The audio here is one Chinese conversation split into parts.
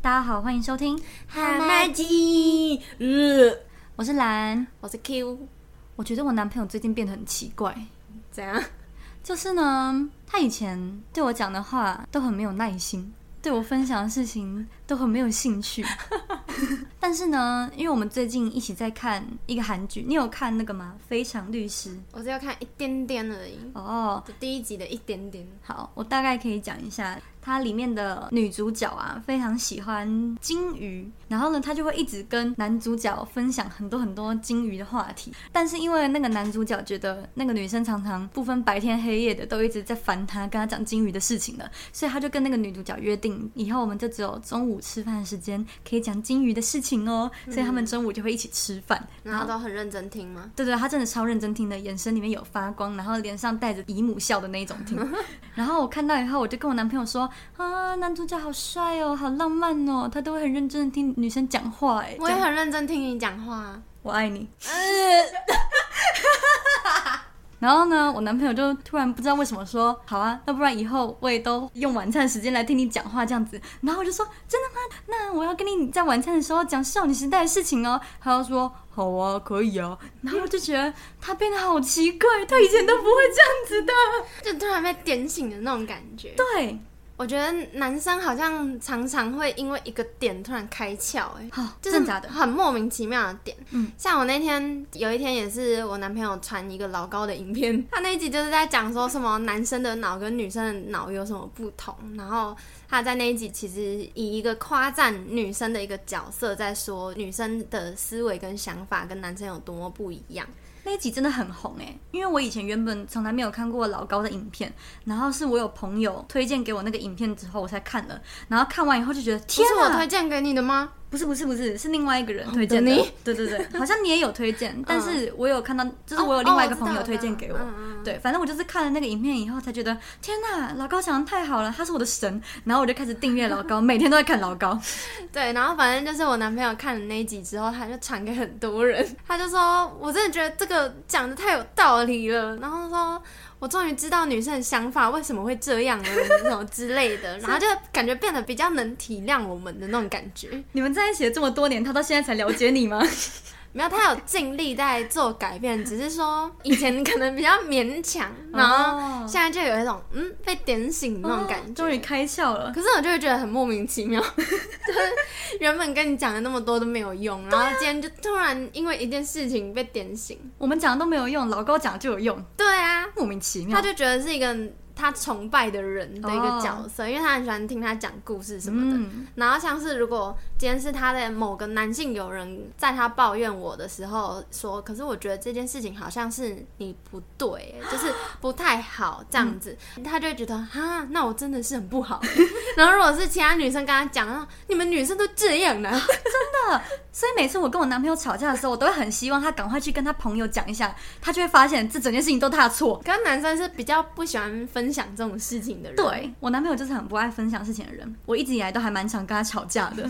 大家好，欢迎收听，蛤蟆鸡，呃，我是兰。我是 Q，我觉得我男朋友最近变得很奇怪，怎样？就是呢，他以前对我讲的话都很没有耐心，对我分享的事情都很没有兴趣。 但是呢，因为我们最近一起在看一个韩剧，你有看那个吗？《非常律师》我只要看一点点而已，哦，就第一集的一点点。好，我大概可以讲一下，它里面的女主角啊，非常喜欢金鱼，然后呢，她就会一直跟男主角分享很多很多金鱼的话题。但是因为那个男主角觉得那个女生常常不分白天黑夜的都一直在烦他，跟他讲金鱼的事情了，所以他就跟那个女主角约定，以后我们就只有中午吃饭时间可以讲金鱼的事情哦。所以他们中午就会一起吃饭，嗯然后都很认真听吗？对对，他真的超认真听的，眼神里面有发光，然后脸上带着姨母笑的那一种听。然后我看到以后，我就跟我男朋友说啊，男主角好帅哦，好浪漫哦，他都会很认真的听女生讲话哎，我也这样很认真听你讲话。啊我爱你。 然后呢，我男朋友就突然不知道为什么说，好啊，要不然以后我也都用晚餐时间来听你讲话这样子。然后我就说，真的吗？那我要跟你在晚餐的时候讲少女时代的事情哦。他就说，好啊，可以啊。然后我就觉得他变得好奇怪，他以前都不会 这样子的。就突然被点醒的那种感觉。对，我觉得男生好像常常会因为一个点突然开窍、哎，好、就真是的假的？很莫名其妙的点。嗯嗯，像我那天有一天也是我男朋友传一个老高的影片， 他那一集就是在讲说什么男生的脑跟女生的脑有什么不同，然后他在那一集其实以一个夸赞女生的一个角色在说女生的思维跟想法跟男生有多么不一样。那一集真的很红哎、因为我以前原本从来没有看过老高的影片，然后是我有朋友推荐给我那个影片之后我才看了，然后看完以后就觉得不天是我啊，推哦荐给你的吗？不是不是不是是另外一个人推荐的，等你对对对，好像你也有推 荐，但是我有看到，就是我有另外一个朋友推荐给我。嗯哦哦知道知道嗯嗯嗯对，反正我就是看了那个影片以后，才觉得天呐，老高想的太好了，他是我的神。然后我就开始订阅老高，每天都在看老 高。对，然后反正就是我男朋友看了那一集之后，他就传给很多人，他就说：“我真的觉得这个讲的太有道理了。”然后说：“我终于知道女生的想法为什么会这样了，什么之类的。”然后就感觉变得比较能体谅我们的那种感觉。你们在一起了这么多年，他到现在才了解你吗？没有，他有尽力在做改变，只是说以前可能比较勉强，然后 哦现在就有一种嗯被点醒那种感觉。终于开窍了。可是我就会觉得很莫名其妙， 就是原本跟你讲的那么多都没有用，然后今天就突然因为一件事情被点醒。我们讲的都没有用，老高讲就有用，对啊，莫名其妙。他就觉得是一个他崇拜的人的一个角色，因为他很喜欢听他讲故事什么的。嗯，然后像是如果今天是他的某个男性友人在他抱怨我的时候说，可是我觉得这件事情好像是你不对，就是不太好这样子，他就会觉得哈，那我真的是很不好。 然后如果是其他女生跟他讲，啊你们女生都这样呢、 所以每次我跟我男朋友吵架的时候，我都会很希望他赶快去跟他朋友讲一下，他就会发现这整件事情都是他的错。可是男生是比较不喜欢分享这种事情的人，，对我男朋友就是很不爱分享事情的人，我一直以来都还蛮常跟他吵架 的。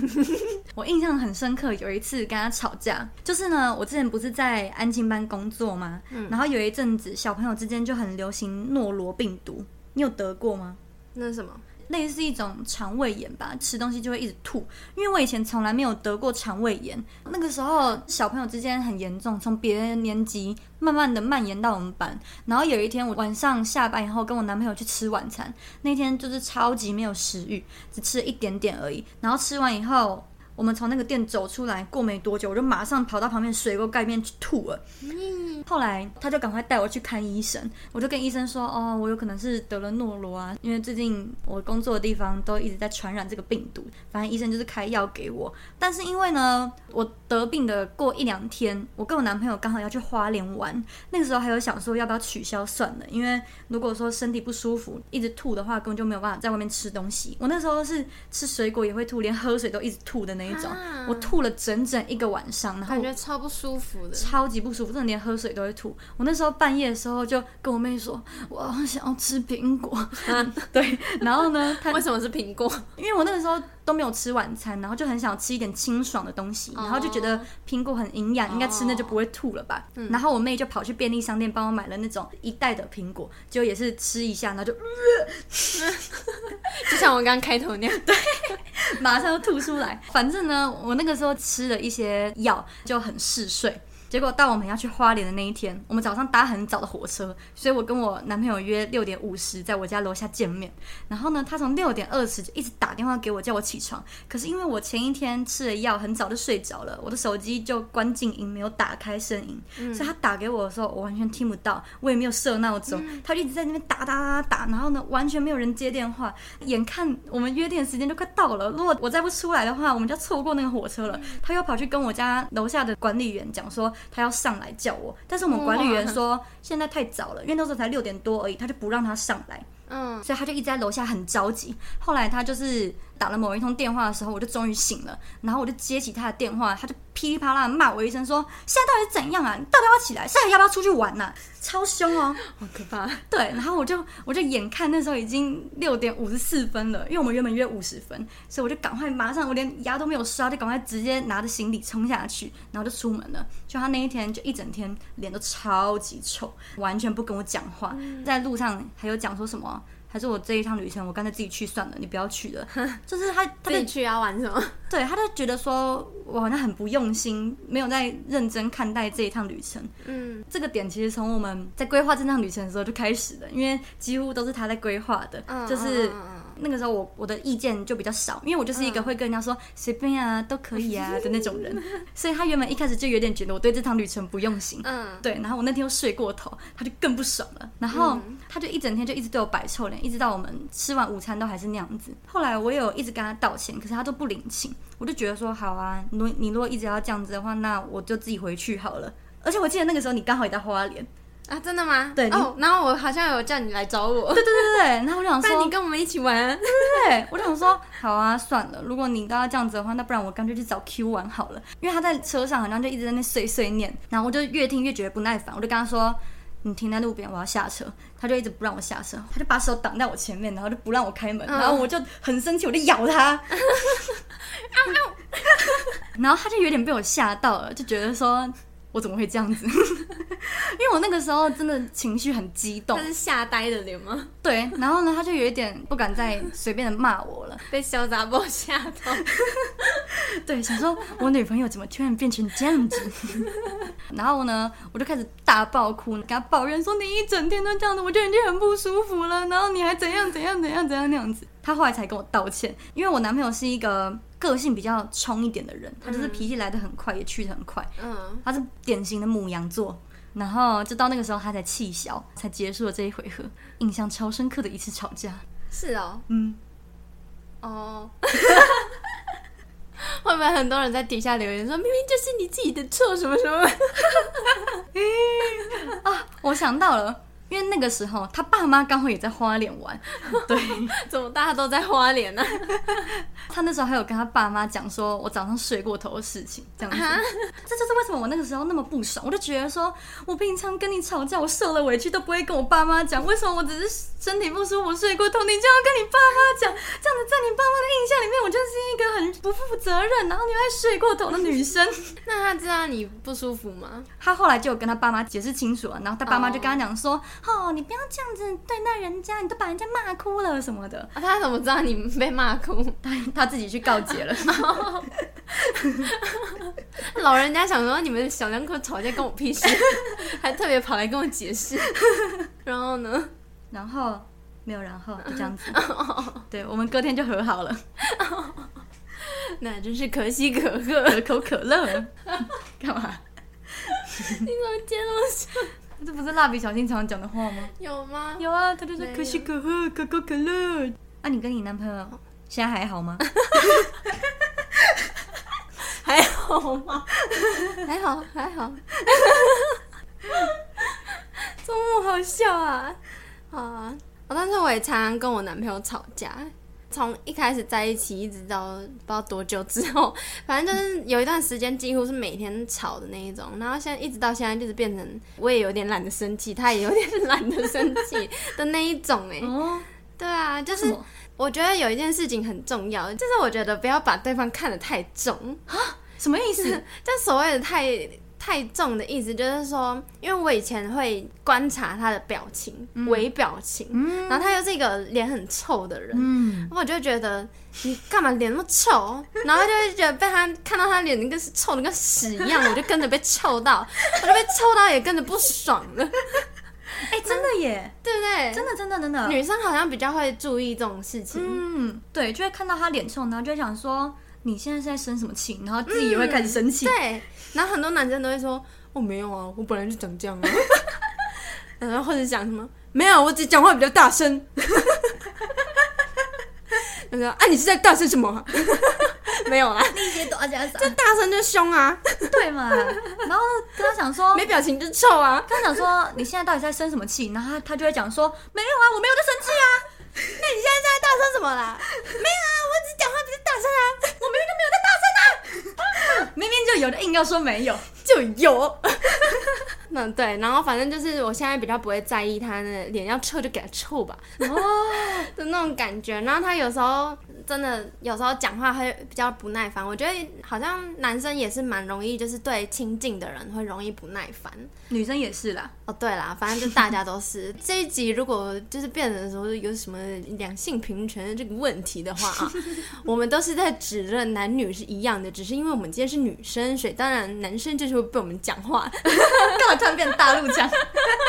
我印象很深刻，有一次跟他吵架，就是呢，我之前不是在安亲班工作吗？嗯然后有一阵子小朋友之间就很流行诺罗病毒，你有得过吗？那是什么？类似一种肠胃炎吧，吃东西就会一直吐。因为我以前从来没有得过肠胃炎，那个时候小朋友之间很严重，从别的年级慢慢的蔓延到我们班。然后有一天我晚上下班以后跟我男朋友去吃晚餐，那天就是超级没有食欲，只吃了一点点而已。然后吃完以后。我们从那个店走出来，过没多久，我就马上跑到旁边水沟盖面去吐了。后来他就赶快带我去看医生，我就跟医生说，哦，我有可能是得了诺罗啊，因为最近我工作的地方都一直在传染这个病毒，反正医生就是开药给我。但是因为呢，我得病的过一两天，我跟我男朋友刚好要去花莲玩，那个时候还有想说要不要取消算了，因为如果说身体不舒服，一直吐的话，根本就没有办法在外面吃东西。我那时候是吃水果也会吐，连喝水都一直吐的那一种，啊我吐了整整一个晚上，然后感觉超不舒服 的。超级不舒服，真的连喝水水都会吐。我那时候半夜的时候就跟我妹说，我好想要吃苹果。 对，然后呢，她为什么是苹果？ 因为我那个时候都没有吃晚餐，然后就很想吃一点清爽的东西，哦然后就觉得苹果很营养，应该吃那就不会吐了吧。然后我妹就跑去便利商店帮我买了那种一袋的苹果，结果也是吃一下，然后就就像我刚刚开头那样，马上就吐出来。反正呢，我那个时候吃了一些药，就很嗜睡。结果到我们要去花莲的那一天，我们早上搭很早的火车，所以我跟我男朋友约六点五十在我家楼下见面。然后呢，他从六点二十就一直打电话给我，叫我起床。可是因为我前一天吃了药，很早就睡着了，我的手机就关静音，没有打开声音，嗯所以他打给我的时候，我完全听不到，我也没有设闹钟，他就一直在那边打打打打打，然后呢，完全没有人接电话。眼看我们约定的时间就快到了，如果我再不出来的话，我们就要错过那个火车了。他又跑去跟我家楼下的管理员讲说，他要上来叫我，但是我们管理员说现在太早了，因为那时候才六点多而已，他就不让他上来。嗯，所以他就一直在楼下很着急。后来他就是打了某一通电话的时候，我就终于醒了，然后我就接起他的电话，他就噼里啪啦地骂我一声说：“现在到底是怎样啊？你到底要不要起来？现在要不要出去玩呐、超凶哦！好可怕。对，然后我就我就眼看那时候已经六点五十四分了，因为我们原本约五十分，所以我就赶快马上我连牙都没有刷，就赶快直接拿着行李冲下去，然后就出门了。就他那一天就一整天脸都超级臭，完全不跟我讲话，在路上还有讲说什么。还是我这一趟旅程，我干脆自己去算了，你不要去了。就是他，他自就己去要玩什么？对，他就觉得说我好像很不用心，没有在认真看待这一趟旅程。嗯，这个点其实从我们在规划这趟旅程的时候就开始了，因为几乎都是他在规划的，嗯就是。嗯嗯嗯那个时候我我的意见就比较少，因为我就是一个会跟人家说随便啊都可以啊的那种人， 所以他原本一开始就有点觉得我对这趟旅程不用心，嗯对，然后我那天又睡过头，他就更不爽了。然后嗯他就一整天就一直对我摆臭脸，一直到我们吃完午餐都还是那样子。后来我也有一直跟他道歉，可是他都不领情。我就觉得说，好啊，你如你如果一直要这样子的话，那我就自己回去好了。而且我记得那个时候你刚好也在花莲，啊，真的吗？对你哦，然后我好像有叫你来找我，哦对对对对，然后我就想 不然说你，跟我们一起玩。对，我就想说，好啊，算了，如果你都要这样子的话，那不然我干脆去找 Q 玩好了。因为他在车上好像就一直在那碎碎念，然后我就越听越觉得不耐烦，我就跟他说。你停在路边，我要下车。他就一直不让我下车，他就把手挡在我前面，然后就不让我开门，嗯然后我就很生气，我就咬他。然后他就有点被我吓到了，就觉得说我怎么会这样子？因 为我那个时候真的情绪很激动他，是吓呆的脸吗？对。然后呢，他就有一点不敢再随便的骂我了。被潇洒波吓 到。 对，想说我女朋友怎么突然变成这样子？ 然后呢，我就开始大爆哭，跟她抱怨说你一整天都这样子，我就已经很不舒服了，然后你还怎样怎样怎样怎样那样子。她后来才跟我道歉，因为我男朋友是一个个性比较冲一点的人，他就是脾气来得很快，也去得很快，嗯，他是典型的母羊座。然后就到那个时候，他才气消，才结束了这一回合，印象超深刻的一次吵架。是哦，嗯，哦。 会不会很多人在底下留言说，明明就是你自己的错，什么什么？ 我想到了，因为那个时候他爸妈刚好也在花莲玩，对，怎么大家都在花莲呢、他那时候还有跟他爸妈讲说，我早上睡过头的事情，这样子。啊这就是为什么我那个时候那么不爽，我就觉得说，我平常跟你吵架，我受了委屈都不会跟我爸妈讲，为什么我只是身体不舒服睡过头，你就要跟你爸妈讲？这样子在你爸妈的印象里面，我就是一个很不负责任，然后你又爱睡过头的女生。那他知道你不舒服吗？他后来就有跟他爸妈解释清楚了，然后他爸妈哦就跟他讲说，哦，你不要这样子对待人家，你都把人家骂哭了什么的。啊、他怎么知道你被骂哭？他他自己去告解了。 老人家想说你们小两口吵架跟我屁事， 还特别跑来跟我解释。然后呢？ 然后没有然后，就这样 子。对，我们隔天就和好了，那真是可喜可贺。可口可乐。 干嘛？你怎么接东西？这不是蜡笔小新常常讲的话吗？有吗？有啊，他就没是有可喜可贺，可口可乐。啊，你跟你男朋友现在还好 吗？还好吗？ 还好，还好。周啊末好笑啊！好啊，哦但是我也常常跟我男朋友吵架，从一开始在一起，一直到不知道多久之后， 反正就是有一段时间几乎是每天吵的那一种。然后现在一直到现在，就是变成我也有点懒得生气，他也有点懒得生气的那一种哎、哦，对啊，就什是么？我觉得有一件事情很重要，就是我觉得不要把对方看得太重。什么意思？ 就所谓的太太重的意思，就是说，因为我以前会观察他的表情、微表情，嗯然后他又是一个脸很臭的人，嗯，我就觉得你干嘛脸那么臭？ 然后就会觉得被他看到他脸那个是臭的跟屎一样，我就跟着被臭到， 我就被臭到也跟着不爽了，哎、真的耶，对不对？真的真的真的，女生好像比较会注意这种事情，嗯，对，就会看到他脸臭，然后就会想说你现在是在生什么气，然后自己也会开始生气。嗯对。然后很多男生都会说：“我、没有啊，我本来就长这样啊。” 然后或者讲什么“没有，我只讲话比较大声。” 他说：“啊，你是在大声什么、啊？” 没有啦，一些大家长， 大声就凶啊，对嘛？然后跟他讲说，没表情就臭啊。跟他讲说你现在到底在生什么气，然后他他就会讲说没有啊，我没有在生气啊，那你现在在大声什么啦？没有啊，我只讲话比较大声啊，我明明就没有在大声啊，明明就有的硬要说没有。就有。 那对，然后反正就是我现在比较不会在意他的脸要臭就给他臭吧，哦，的那种感觉。然后他有时候真的有时候讲话会比较不耐烦，我觉得好像男生也是蛮容易，就是对亲近的人会容易不耐烦。女生也是啦，哦，对啦，反正就大家都是这一集，如果就是变成说有什么两性平权的这个问题的话啊，我们都是在指认男女是一样的，只是因为我们今天是女生，所以当然男生就是会被我们讲话。干嘛突然变大陆腔？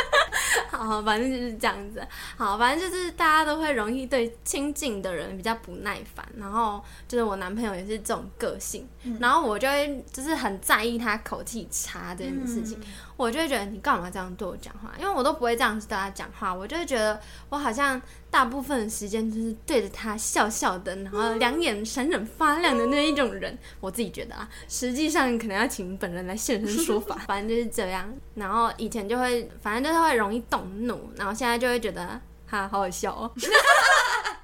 好，反正就是这样子。好，反正就是大家都会容易对亲近的人比较不耐烦，然后就是我男朋友也是这种个性，然后我就会就是很在意他口气差这件事情，我就会觉得你干嘛这样对我讲话？因为我都不会这样子对他讲话，我就会觉得我好像大部分的时间就是对着他笑笑的，然后两眼闪闪发亮的那一种人，我自己觉得啊，实际上可能要请本人来现身说法，反正就是这样。然后以前就会，反正就是会容易动怒，然后现在就会觉得哈，好好笑哦。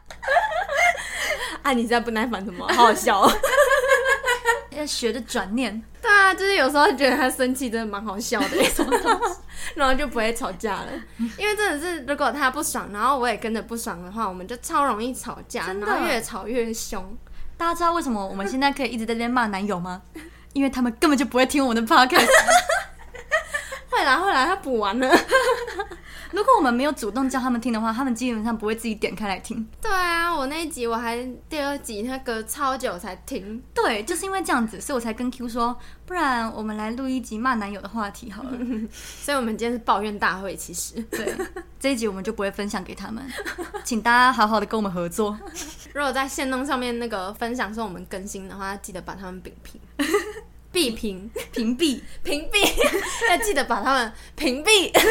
啊，你在不耐烦什么？好好笑哦。要学着转念，对啊，就是有时候觉得他生气真的蛮好笑的， 然后就不会吵架了。因为真的是，如果他不爽，然后我也跟着不爽的话，我们就超容易吵架，真然的后越吵越凶。大家知道为什么我们现在可以一直在那边骂男友吗？因为他们根本就不会听我们的 podcast。会啦会啦，他补完了。如果我们没有主动叫他们听的话，他们基本上不会自己点开来听。对啊，我那一集我还第二集那个超久才听，对，就是因为这样子，所以我才跟 Q 说，不然我们来录一集骂男友的话题 好了。所以我们今天是抱怨大会。其实，对，这一集我们就不会分享给他们，请大家好好的跟我们合 作。如果在线动上面那个分享说我们更新的话，记得把他们屏蔽， 必屏屏蔽，屏蔽，要 记得把他们屏蔽。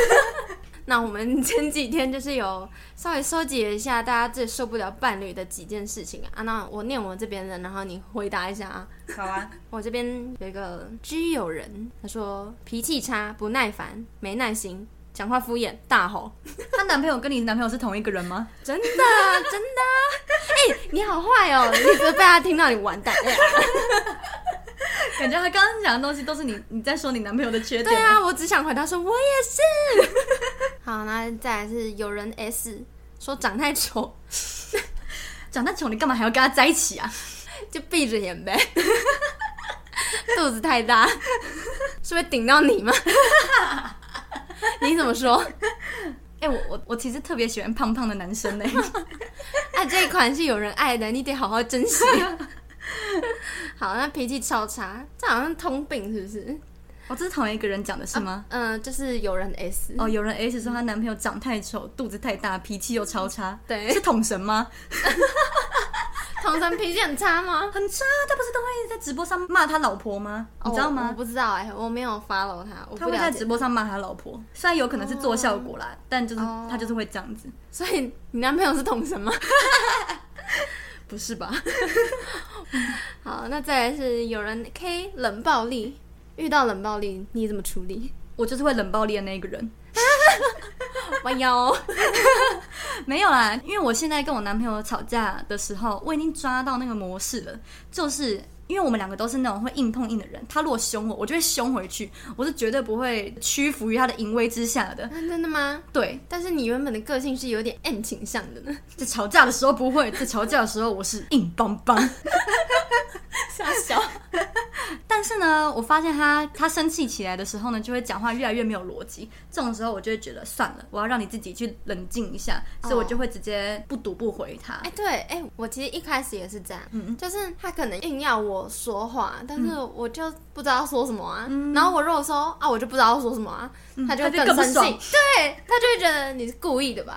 那我们前几天就是有稍微收集了一下大家最受不了伴侣的几件事情啊。啊那我念我这边的，然后你回答一下啊。好啊，我这边有一个居友人，他说脾气差、不耐烦、没耐心、讲话敷衍、大吼，她男朋友跟你男朋友是同一个人吗？真的真的，哎、你好坏哦，你只被他听到你完蛋。哎呀感觉她刚刚讲的东西都是你你在说你男朋友的缺点。对，啊，我只想回答说，我也是。 好，那再来是有人 S 说长太丑长那丑，你干嘛还要跟他在一起啊？就闭着 眼呗，肚子太大，是不是顶到你吗？你怎么说？哎、我我我其实特别喜欢胖胖的男生呢、欸 啊，这一款是有人爱的，你得好好珍 惜。好，那脾气超差，这好像通病是不是？我、这是同一个人讲的是吗？嗯、就是有人 S，、哦，有人 S 说她男朋友长太丑，肚子太大，脾气又超差，对是统神吗？同城脾气很差吗？很差，他不是都会在直播上骂他老婆吗？你知道哦我吗？我不知道哎、我没有 follow 他，我他不会了在解直。播上骂他老婆，虽然有可能是做效果啦，但就是、哦他就是会这样子。所以你男朋友是同城吗？不是 吧？好，那再来是有人 K 冷暴力，遇到冷暴力你怎么处 理？ 啊我就是会冷暴力的那一个人，弯腰。没有啦，因为我现在跟我男朋友吵架的时候，我已经抓到那个模式了，就是。因为我们两个都是那种会硬碰硬的人，他如果凶我，我就会凶回去，我是绝对不会屈服于他的淫威之下的。啊真的吗？对，但是你原本的个性是有点 M 倾向的呢，在吵架的时候不会，在吵架的时候我是硬邦邦。傻笑。但是呢，我发现他他生气起来的时候呢，就会讲话越来越没有逻辑。这种时候，我就会觉得算了，我要让你自己去冷静一下，所以我就会直接不读不回他。 哎、对，哎、我其实一开始也是这样，嗯就是他可能硬要我说话，但是我就不知道说什么啊。然后我如果说啊，我就不知道说什么啊，他就嗯他会就更更不生气爽，对他就会觉得你是故意 的吧？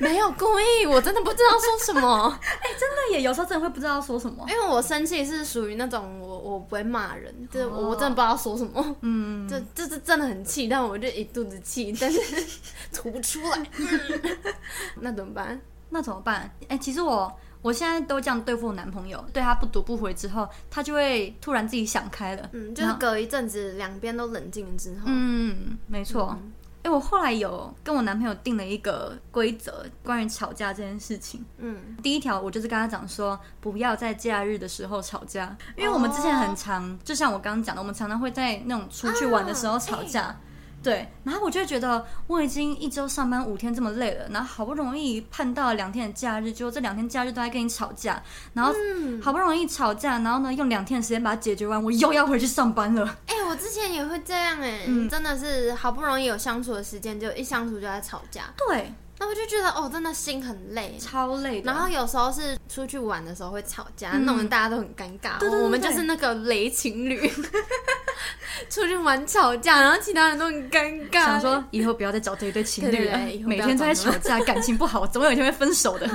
没有故意，我真的不知道说什么，那也有时候真的会不知道说什么。因为我生气是属于那种我我不会骂人，就是我哦我真的不知道说什么，嗯，这这是真的很气，但我就一肚子气，但是 吐不出 来，那怎么办？那怎么办？哎、其实我我现在都这样对付我男朋友，对他不读不回之后，他就会突然自己想开了。嗯，就是那隔一阵子两边都冷静了之后，嗯，没错。哎、我后来有跟我男朋友定了一个规则，关于吵架这件事情。嗯，第一条，我就是跟他讲说，不要在假日的时候吵架，因为我们之前很常，就像我刚刚讲的，我们常常会在那种出去玩的时候吵架。哦对，然后我就会觉得我已经一周上班五天这么累了，然后好不容易盼到了两天的假日，结果这两天假日都在跟你吵架，然后嗯好不容易吵架，然后呢用两天的时间把它解决完，我又要回去上班了。哎、我之前也会这样哎、嗯真的是好不容易有相处的时间，就一相处就在吵架，对，那我就觉得哦，真的心很累。超累的。然后有时候是出去玩的时候会吵架，嗯弄得大家都很尴尬。对对对我们就对是那个雷情侣， 出去玩吵架，然后其他人都很尴尬。想说以后不要再找这一对情对侣对了对以，后不每要天都在找吵架，感情不好，总有一天会分手的。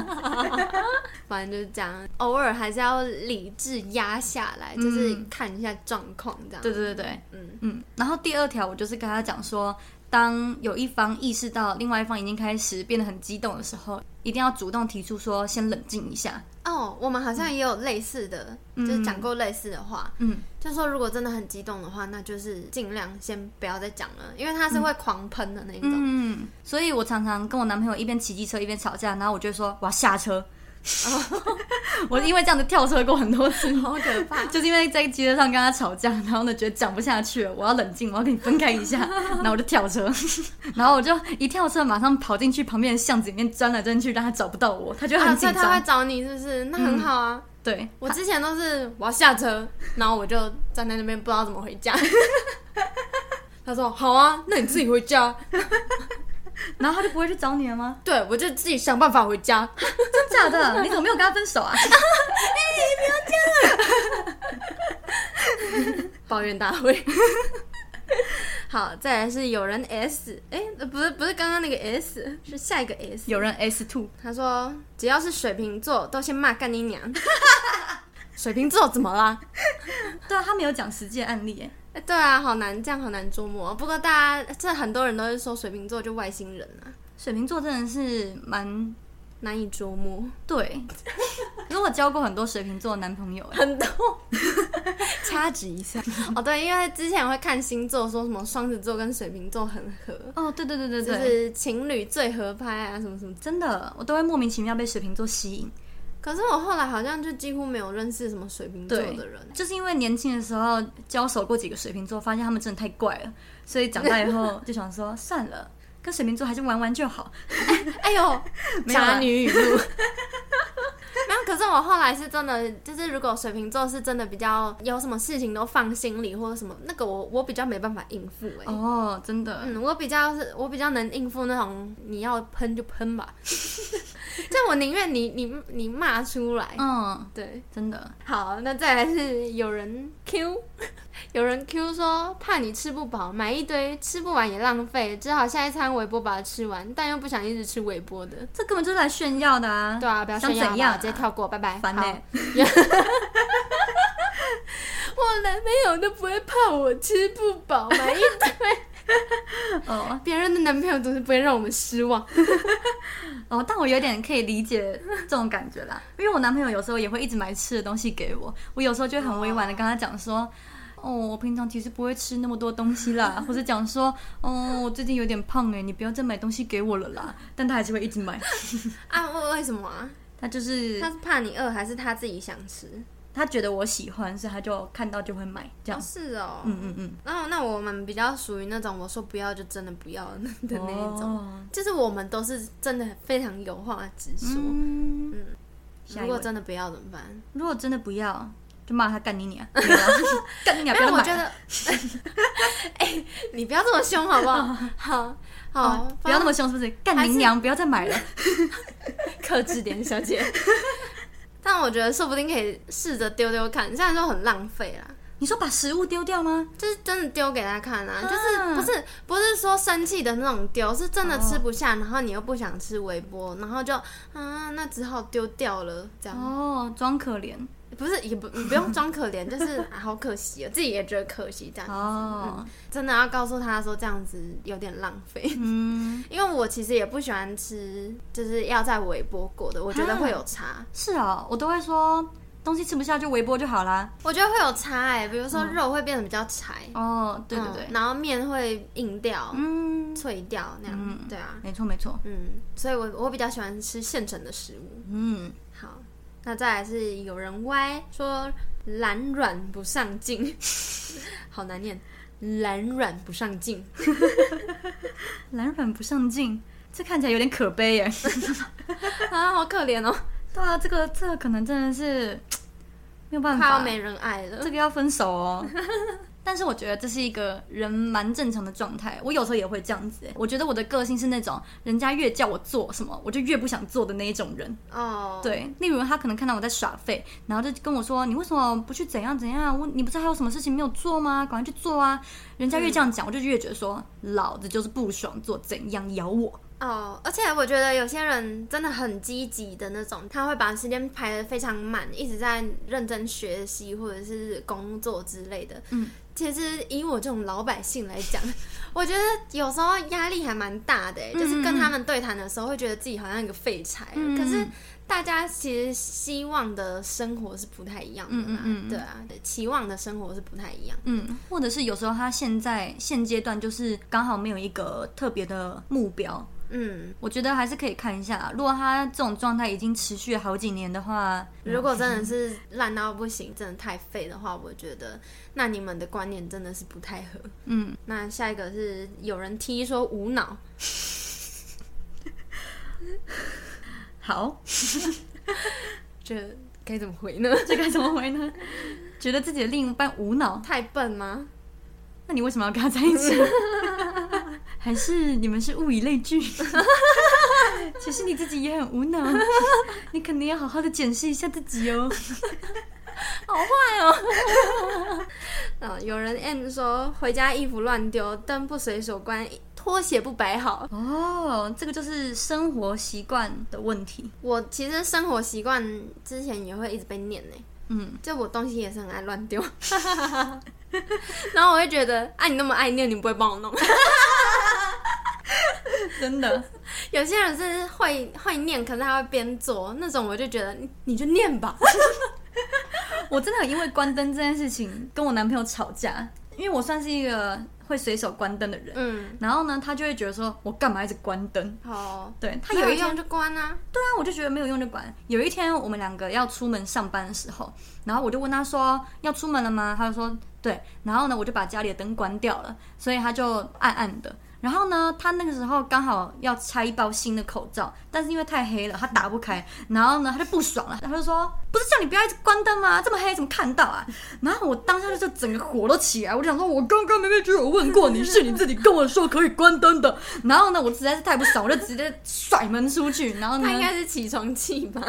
反正就是这样，偶尔还是要理智压下来，就是看一下状况这样。嗯对对对对，嗯，嗯，然后第二条我就是跟他讲说，当有一方意识到另外一方已经开始变得很激动的时候，一定要主动提出说先冷静一下。哦，我们好像也有类似的，就是讲过类似的话。嗯，就说如果真的很激动的话，那就是尽量先不要再讲了，因为他是会狂喷的那一种。嗯，所以我常常跟我男朋友一边骑机车一边吵架，然后我就会 说我要下车。我因为这样子跳车过很多 次，好可怕就是因为在街上跟他吵架，然后呢觉得讲不下去了，我要冷静，我要跟你分开一 下，然后我就跳车， 然后我就一跳车马上跑进去旁边的巷子里面钻来钻去，让他找不到我，他就会啊， 很所紧以张。嗯他会找你，是不是？那很好啊。对，我之前都是我要下车，然后我就站在那边不知道怎么回家。 他说：“好啊，那你自己回家。然后他就不会去找你了吗？对”我就自己想办法回家。 真假的？你怎么没有跟他分手啊？ 抱怨大会。好，再来是有人 S，哎、呃不是不是刚刚那个 S，是下一个 S。有人 S two，他说只要是水瓶座都先骂干你娘。 水瓶座怎么啦？对啊，他没有讲实际的案例耶。哎对啊，好难，这样好难捉摸。不过大家这很多人都是说水瓶座就外星人啊，水瓶座真的是蛮难以捉摸，对，可是我交过很多水瓶座的男朋友耶，很多。掐指一下，哦对，因为之前会看星座说什么双子座跟水瓶座很合，哦，对对对对就对，是情侣最合拍啊，什么什么真的，我都会莫名其妙被水瓶座吸引。可是我后来好像就几乎没有认识什么水瓶座对的人，就是因为年轻的时候交手过几个水瓶座，发现他们真的太怪了，所以长大以后就想说 算了，跟水瓶座还是玩玩就好。哎呦， 没有啦渣女 语录。没有，可是我后来是真的，就是如果水瓶座是真的比较有什么事情都放心里或者什么，那个我我比较没办法应付哎、哦，真的，嗯，我比较是，我比较能应付那种你要喷就 喷吧，就我宁愿你你你骂出来。嗯，对，真的，好，那再来是有人 Q，有 人 Q 说怕你吃不饱，买一堆吃不完也浪费，只好下一餐微波把它吃完，但又不想一直吃微波的。这根本就是来炫耀的啊。对啊，不要想炫耀怎吧样啊直接跳过，拜拜。烦好欸我男朋友都不会怕我吃不饱，买一 哦别人的男朋友总是不会让我们失望。哦，但我有点可以理 解这种感觉啦，因为我男朋友有时候也会一直买吃的东西给我，我有时候就会很委婉的跟他讲说。哦，我平常其实不会吃那么多东西 啦，或者讲说，哦，我最近有点胖哎，你不要再买东西给我了啦。但他还是会一直买，啊？为为什么啊？他就是他是怕你饿，还是他自己想吃？他觉得我喜欢，所以他就看到就会买这哦样。是哦，嗯嗯嗯，然后那我们比较属于那种我说不要就真的不要的那那一种，哦就是我们都是真的非常有话直说。嗯，下一位如果真的不要怎么办？如果真的不要，就骂他干你 娘，没有啊干你娘，没不有，要我买觉得，哎、你不要这么凶好不好？好好哦，不要那么凶，是不是？干还你是娘，不要再买了。克制点，小姐。但我觉得说不定可以试着丢丢看，虽然说很浪费啦，你说把食物丢掉吗？就是真的丢给他看啊，啊就是不是不是说生气的那种丢，是真的哦吃不下，然后你又不想吃微波，然后就啊，那只好丢掉了，这样、哦，装可怜不是也不你不用装可怜，就是、啊、好可惜啊，自己也觉得可惜，这样、哦，真的要告诉他说这样子有点浪费。 嗯，因为我其实也不喜欢吃，就是要在微波过的，我觉得啊会有差，是哦，我都会说东西吃不下就微波就好啦。我觉得会有差哎、比如说肉会变得比较柴，嗯哦，对对嗯对，然后面会硬掉、嗯，脆掉那样，嗯对啊，没错没错，嗯，所以我我比较喜欢吃现成的食物。嗯，好，那再来是有人歪说懒软不上进，好难念，懒软不上进，懒软不上进，这看起来有点可悲 耶。啊，好可怜哦，对啊，这个这个可能真的是没有办快要法，没人爱了这。个要分手哦。 但是我觉得这是一个人蛮正常的状态，我有时候也会这样子耶。我觉得我的个性是那种人家越叫我做什么，我就越不想做的那一种人。哦，，对，例如他可能看到我在耍废，然后就跟我说：“你为什么不去怎样怎样？我你不是还有什么事情没有做吗？赶快去做啊！”人家越这样讲，我就越觉得说，老子就是不爽做怎样咬我。哦，而且我觉得有些人真的很积极的那种，他会把时间排得非常满，一直在认真学习或者是工作之类的。嗯，其实以我这种老百姓来讲， 我觉得有时候压力还蛮大的欸、就是跟他们对谈的时候，会觉得自己好像一个废柴了。嗯可是大家其实希望的生活是不太一样的啦，嗯嗯嗯对啊，期望的生活是不太一样。嗯，或者是有时候他现在现阶段就是刚好没有一个特别的目标，嗯，我觉得还是可以看一下。啊如果他这种状态已经持续好几年的话，如果真的是烂到不行，真的太废的话，我觉得那你们的观念真的是不太合。嗯，那下一个是有人踢说无脑，好，这该怎么回呢？这该怎么回呢？觉得自己的另一半无脑， 太笨吗？那你为什么要跟他在一 起？还是你们是物以类 聚？其实你自己也很无脑，你肯定要好好的检视一下自己哦。嗯、有人 M 说回家衣服乱丢，灯不随手关，拖鞋不摆好。哦，这个就是生活习惯的问题。我其实生活习惯之前也会一直被念呢、嗯，就我东西也是很爱乱丢， 然后我会觉得，啊，你那么爱念，你不会帮我弄？真的。有些人是会会念，可是他会边做那种，我就觉得你你就念吧。我真的有因为关灯这件事情跟我男朋友吵架，因为我算是一个会随手关灯的人，嗯，然后呢，他就会觉得说我干嘛一直关灯？好，对他他有有一一天用，就关啊。对啊，我就觉得没有用就管。有一天我们两个要出门上班的时候，然后我就问他说要出门了吗？他就说对，然后呢我就把家里的灯关掉了，所以他就暗暗的。然后呢，他那个时候刚好要拆一包新的口罩，但是因为太黑了，他打不开。然后呢，他就不爽了，他就说：“不是叫你不要一直关灯吗？这么黑怎么看到啊？”然后我当下就是整个火都起来，我就想说：“我刚刚明明就有问过 你，是你自己跟我说可以关灯的。”然后呢，我实在是太不爽，我就直接甩门出去。然后呢，他应该是起床气吧？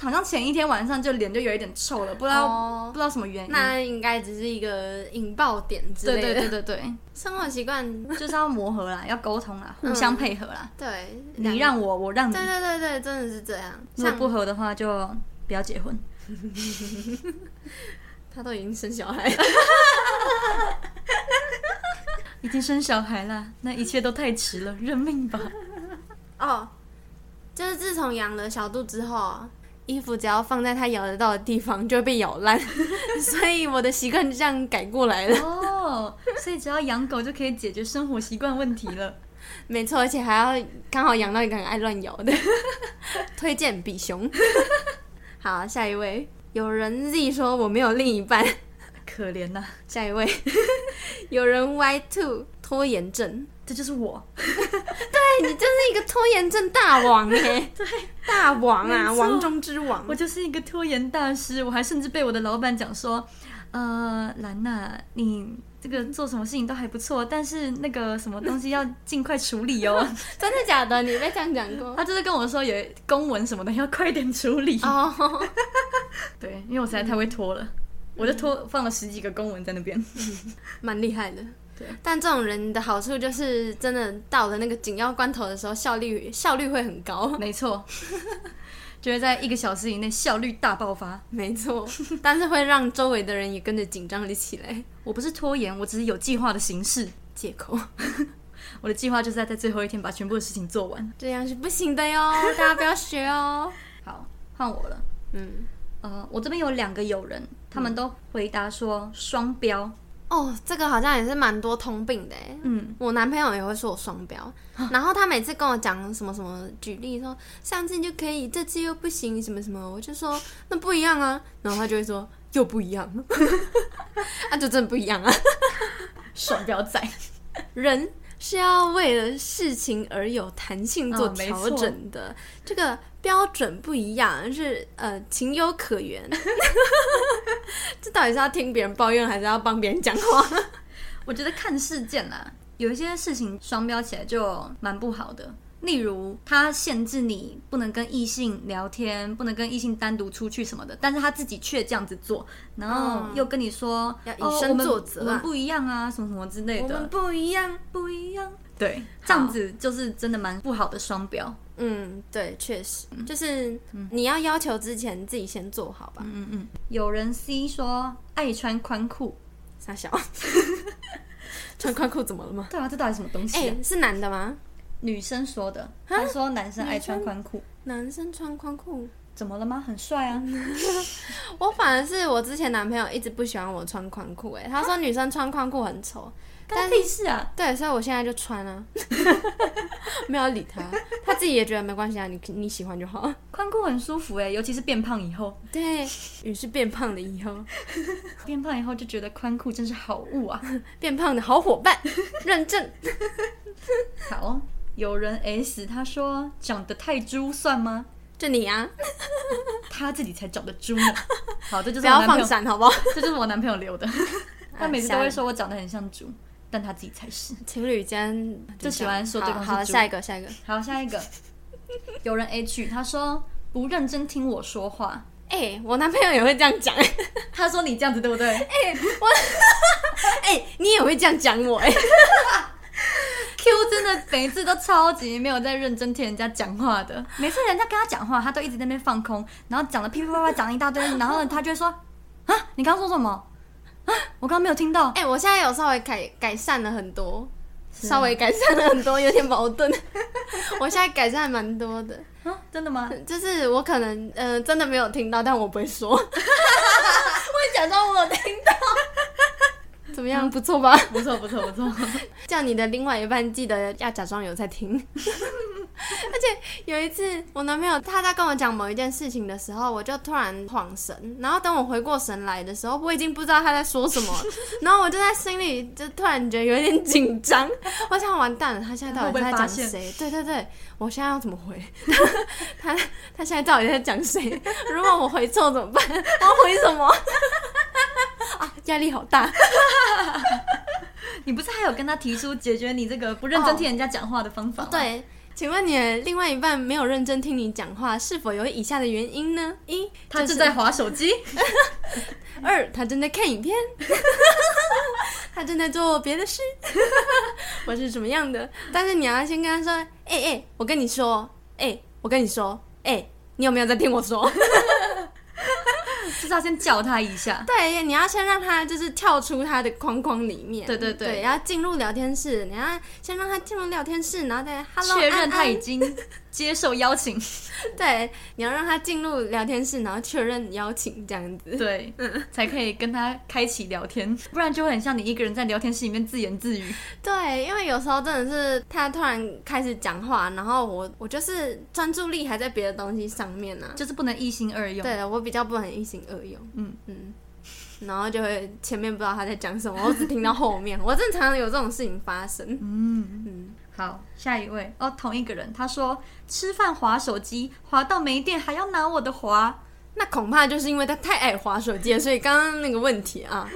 好像前一天晚上就脸就有一点臭了，不知道、不哦，知道什么原因。那应该只是一个引爆点之对类的。对对对 对，生活习惯，就是要磨合啦，要沟通啦，互相配合啦。对，你让我，我让你对。对对对，真的是这样。如果像不合的话，就不要结婚。他都已经生小 孩了，已经生小孩啦，那一切都太迟 了，认命吧。哦，就是自从养了小杜之后啊，衣服只要放在它咬得到的地方就会被咬 烂，所以我的习惯就这样改过来了。哦，所以只要养狗就可以解决生活习惯问题了。没错，而且还要刚好养到一个很爱乱咬的， 推荐比熊。 好，下一位，有人 Z 说我没有另一半， 可怜呐、下一位， 有人 Y two 拖延症，这就是我。哎，你真是一个拖延症大王哎、 对，大王啊，没错王中之王我。就是一个拖延大师，我还甚至被我的老板讲说，呃，兰娜，你这个做什么事情都还不错，但是那个什么东西要尽快处理 哦。真的假的？你被这样讲过他就是跟我说有公文什么的要快点处理。 哦，对，因为我实在太会拖了，我就拖放了十几个公文在那边。 蛮厉害的。对，但这种人的好处就是，真的到了那个紧要关头的时候，效率效率会很高。没错， 就会在一个小时以内效率大爆发。没错，但是会让周围的人也跟着紧张了起来。我不是拖延，我只是有计划的行事。借口我的计划就是在在最后一天把全部的事情做完。 这样是不行的 哟，大家不要学哦。好，换我了。嗯，呃，我这边有两个友人，他们都回答说双标。哦，这个好像也是蛮多通病的诶。嗯，我男朋友也会说我双标，然后他每次跟我讲什么什么，举例说上次就可以，这次又不行，什么什么，我就说那不一样啊，然后他就会说又不一样， 那、就真的不一样啊。双标仔。人是要为了事情而有弹性做嗯没调错整的，这个标准不一样，是呃情有可原。 这到底是要听别人抱怨，还是要帮别人讲话？我觉得看事件啦，有一些事情双标起来就蛮不好的。例如，他限制你不能跟异性聊天，不能跟异性单独出去什么的，但是他自己却这样子做，然后嗯又跟你说要以哦身我们作则我啊们不一样啊，什么什么之类 我们的。不一样，不一样。对，这样子就是真的蛮不好的双标。嗯，对，确实，就是你要要求之前自己先做好吧。嗯嗯，有人 C 说爱穿宽裤，傻小， 穿宽裤怎么了吗？对啊，这到底什么东西、啊？哎、 是男的吗？女生说的，她说男生爱穿宽裤，男生穿宽裤，怎么了吗？很帅啊！我反而是我之前男朋友一直不喜欢我穿宽裤，哎，他说女生穿宽裤很丑，干屁事啊！对，所以我现在就穿啊， 没有理他，他自己也觉得没关系啊，你你喜欢就好。宽裤很舒服哎、尤其是变胖以后，对，于是变胖了以后，变胖以后就觉得宽裤真是好物啊。变胖的好伙 伴，认证。好，有人 S 他说长得太猪算吗？就你啊，他自己才长得猪呢。好，这就是不我要男朋放友，闪好不好？这就是我男朋友留 的。他每次都下一会个说我长得很像猪，但他自己才是。情侣间就喜欢说对方是好。好，猪下一个，下一个。好，下一个，有人 H 他说不认真听我说话，哎、我男朋友也会这样讲， 哎、他说你这样子对不对？哎你也会这样讲 我、哎， Q 真的每次都超级没有在认真听人家讲话的，每次人家跟他讲话，他都一直在那边放空，然后讲的噼噼啪啪讲一大堆，然后他就会说啊，你刚刚说什么？啊，我刚刚没有听到。哎、我现在有稍微改改善了很啊多，稍微改善了很多，有点矛盾。我现在改善蛮多的，啊，真的吗？ 就是我可能呃真的没有听到，但我不会说，我 会假装我有听到。 怎么样？不错吧？不错不错不错，叫你的另外一半记得要假装有在听。 而且有一次，我男朋友他在跟我讲某一件事情的时候，我就突然恍神，然后等我回过神来的时候，我已经不知道他在说什么了， 然后我就在心里就突然觉得有点紧张，我想完蛋了，他现在到底在会讲不谁？对对对，我现在要怎么回？ 他他现在到底在讲谁？如果我回错怎么办？ 我要回什么？ 啊，压力好大。 你不是还有跟他提出解决你这个不认真听人家讲话的方法吗？对，请问你的另外一半没有认真听你讲话，是否有以下的原因呢？一，他就正是在划手机，二，他正在看影片， 他正在做别的事， 我是什么样的？但是你要先跟他说，哎、哎、我跟你说，哎、我跟你说，哎、你有没有在听我说？ 就是要先叫 他一下。对，你要先让他就是跳出他的框框里面，对对对对，要进入聊天室，你要先让他进入聊天室，然后再 hello 确认安他安已经接受邀请。对，你要让他进入聊天室，然后确认邀请这样 子。对，才可以跟他开启聊天，不然就会很像你一个人在聊天室里面自言自语。对，因为有时候真的是他突然开始讲话，然后我我就是专注力还在别的东西上面呢、啊。就是不能一心二用。对我比较不能一心二用。嗯嗯。然后就会前面不知道他在讲什么，我只听到后面。 我正常有这种事情发生。嗯，嗯，好，下一位哦，同一个人，他说吃饭划手机，划到没电还要拿我的划，那恐怕就是因为他太爱滑手机了，所以刚刚那个问题啊，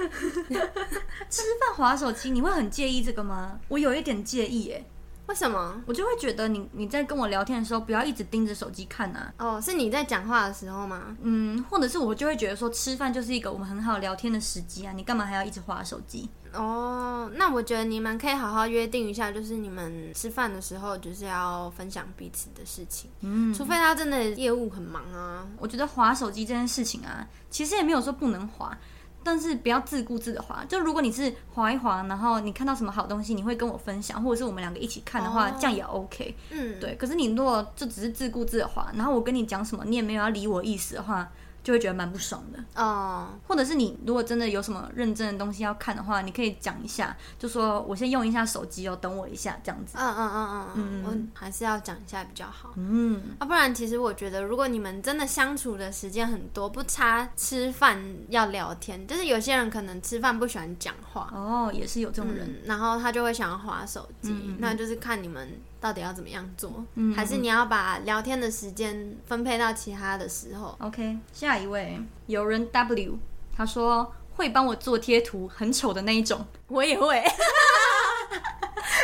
吃饭划手机，你会很介意这个吗？我有一点介意耶，为什么？我就会觉得你你在跟我聊天的时候，不要一直盯着手机看啊。哦，是你在讲话的时候吗？嗯，或者是我就会觉得说，吃饭就是一个我们很好聊天的时机啊，你干嘛还要一直划手机？哦，那我觉得你们可以好好约定一下，就是你们吃饭的时候就是要分享彼此的事情，嗯，除非他真的业务很忙啊。我觉得划手机这件事情啊，其实也没有说不能划，但是不要自顾自的划。就如果你是划一划，然后你看到什么好东西，你会跟我分享，或者是我们两个一起看的话，哦这样也 OK。嗯，，对，可是你如果就只是自顾自的划，然后我跟你讲什么，你也没有要理我意思的话，就会觉得蛮不爽的。哦，或者是你如果真的有什么认真的东西要看的话，你可以讲一下，就说我先用一下手机哦，等我一下这样子。嗯嗯嗯嗯嗯，嗯我还是要讲一下比较好。嗯，啊，不然其实我觉得，如果你们真的相处的时间很多，不差吃饭要聊天，就是有些人可能吃饭不喜欢讲话，哦，也是有这种人。嗯，然后他就会想要划手机，嗯嗯嗯那就是看你们到底要怎么样做，嗯还是你要把聊天的时间分配到其他的时候。 OK，下一位有人 W，他说会帮我做贴图，很丑的那一种。我也会，哎、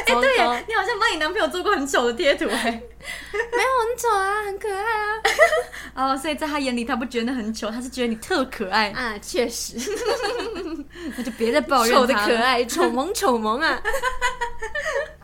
对糟糕耶，你好像帮你男朋友做过很丑的贴图哎。 没有很丑啊，很可爱啊，哦，所以在他眼里，他不觉得很丑，他是觉得你特可爱，啊，确实，那就别再抱怨他丑了的可。爱，丑萌丑萌啊，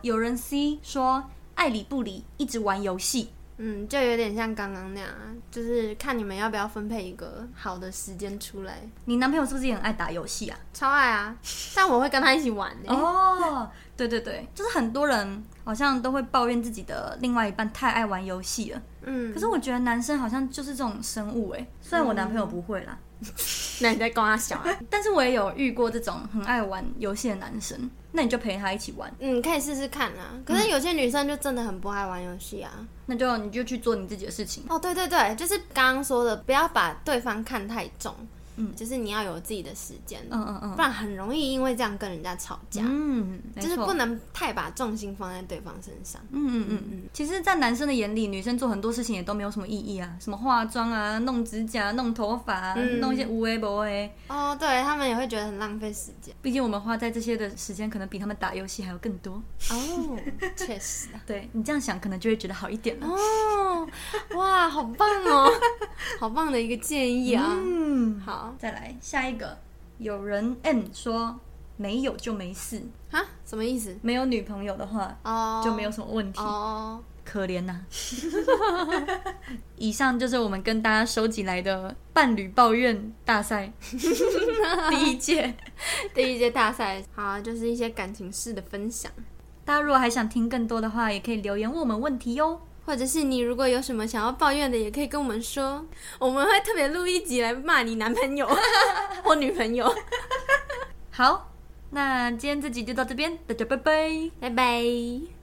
有人 C 说爱理不理，一直玩游戏。嗯，就有点像刚刚那样啊，就是看你们要不要分配一个好的时间出来。你男朋友是不是也很爱打游戏啊？超爱啊！但我会跟他一起玩欸呢、哦，对对对，就是很多人好像都会抱怨自己的另外一半太爱玩游戏了。嗯，可是我觉得男生好像就是这种生物哎，虽然我男朋友不会啦，那你在跟他小啊？但是我也有遇过这种很爱玩游戏的男生，那你就陪他一起玩，嗯，可以试试看啊。可是有些女生就真的很不爱玩游戏啊。那就你就去做你自己的事情。哦，对对对，就是刚刚说的，不要把对方看太重。嗯就是你要有自己的时间，嗯嗯嗯不，然很容易因为这样跟人家吵架。嗯，就是不能。能太把重心放在对方身上。嗯嗯嗯嗯，其实，在男生的眼里，女生做很多事情也都没有什么意义啊，什么化妆啊、弄指甲、弄头发、啊、嗯弄一些无微不微。哦，对他们也会觉得很浪费时间。毕竟我们花在这些的时间，可能比他们打游戏还要更多。 哦，确实啊。对你这样想，可能就会觉得好一点了。哦，哇，好棒哦， 好棒的一个建议啊。嗯，好，好再来下一个，有人 M 说没有就没事，啊，什么意思？没有女朋友的话哦，就没有什么问题，哦， 可怜呐、以上就是我们跟大家收集来的伴侣抱怨大 赛第一届。第一届大赛，好，啊就是一些感情式的分享，大家如果还想听更多的话，也可以留言问我们问题哟。或者是你如果有什么想要抱怨的，也可以跟我们说，我们会特别录一集来骂你男朋友 或女朋友。好，那今天这集就到这边，大家拜拜。拜拜。